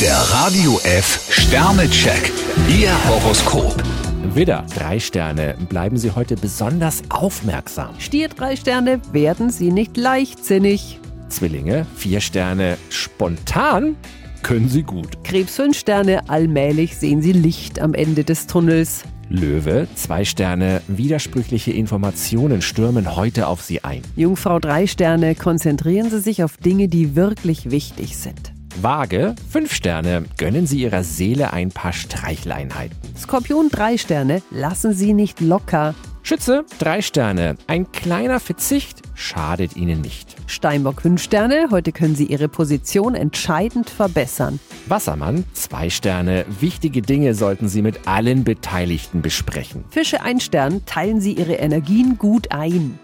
Der Radio F Sternecheck. Ihr Horoskop. Widder, drei Sterne. Bleiben Sie heute besonders aufmerksam. Stier drei Sterne, werden Sie nicht leichtsinnig. Zwillinge, vier Sterne. Spontan können Sie gut. Krebs fünf Sterne, allmählich sehen Sie Licht am Ende des Tunnels. Löwe, zwei Sterne. Widersprüchliche Informationen stürmen heute auf Sie ein. Jungfrau drei Sterne, konzentrieren Sie sich auf Dinge, die wirklich wichtig sind. Waage, fünf Sterne. Gönnen Sie Ihrer Seele ein paar Streichleinheiten. Skorpion drei Sterne, lassen Sie nicht locker. Schütze, drei Sterne. Ein kleiner Verzicht schadet Ihnen nicht. Steinbock fünf Sterne, heute können Sie Ihre Position entscheidend verbessern. Wassermann, zwei Sterne. Wichtige Dinge sollten Sie mit allen Beteiligten besprechen. Fische ein Stern, teilen Sie Ihre Energien gut ein.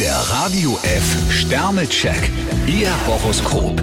Der Radio F Sternecheck. Ihr Horoskop.